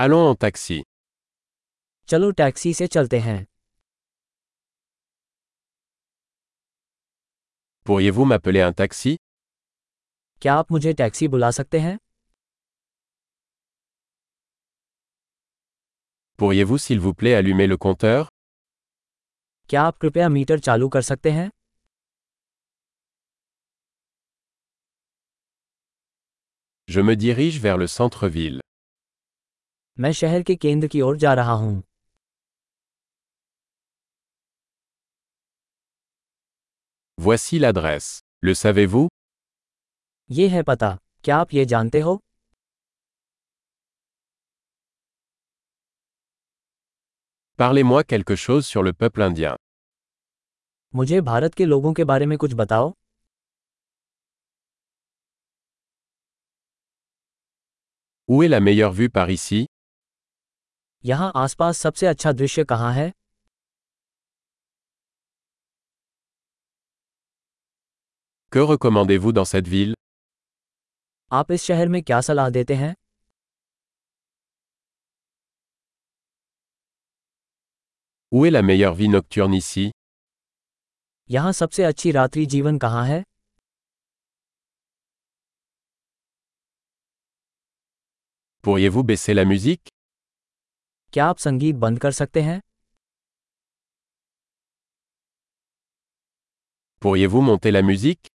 Allons en taxi. चलो टैक्सी से चलते हैं Pourriez-vous m'appeler un taxi क्या आप मुझे टैक्सी बुला सकते हैं Pourriez-vous s'il vous plaît allumer le compteur क्या आप कृपया मीटर चालू कर सकते हैं Je me dirige vers le centre-ville. मैं शहर के केंद्र की ओर जा रहा हूँ Voici l'adresse. Le savez-vous ये है पता क्या आप ये जानते हो Parlez-moi quelque chose sur le peuple indien. मुझे भारत के लोगों के बारे में कुछ बताओ Où est la meilleure vue par ici यहाँ आसपास सबसे अच्छा दृश्य कहाँ है Que recommandez-vous dans cette ville आप इस शहर में क्या सलाह देते हैं Où est la meilleure vie nocturne ici यहाँ सबसे अच्छी रात्रि जीवन कहाँ है Pourriez-vous baisser la musique क्या आप संगीत बंद कर सकते हैं Pourriez-vous monter la musique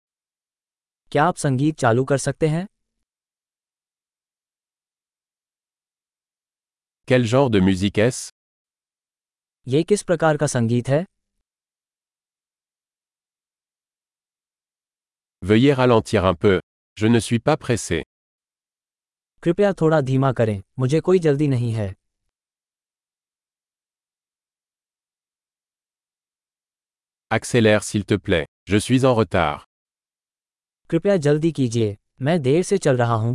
क्या आप संगीत चालू कर सकते हैं Quel genre de musique est-ce ये किस प्रकार का संगीत है Veuillez ralentir un peu. Je ne suis pas pressé. कृपया थोड़ा धीमा करें मुझे कोई जल्दी नहीं है Accélère s'il te plaît. Je suis en retard. कृपया जल्दी कीजिए मैं देर से चल रहा हूँ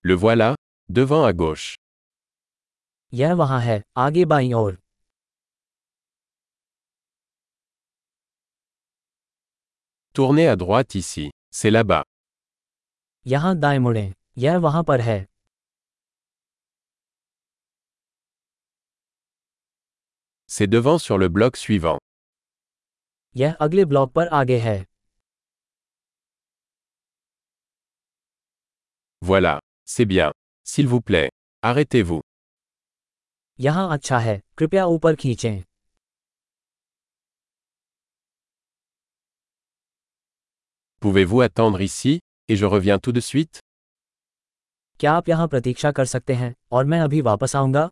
Le voilà, devant à gauche. यह वहाँ है आगे बाईं ओर Tournez à droite ici. C'est là-bas. यहाँ दाएं मुड़ें यह वहाँ पर है C'est devant sur le bloc suivant. यह अगले ब्लॉक पर आगे है Voilà. C'est bien. S'il vous plaît. Arrêtez-vous. यहाँ अच्छा है कृपया ऊपर खींचें Pouvez-vous attendre ici, et je reviens tout de suite क्या आप यहाँ प्रतीक्षा कर सकते हैं और मैं अभी वापस आऊँगा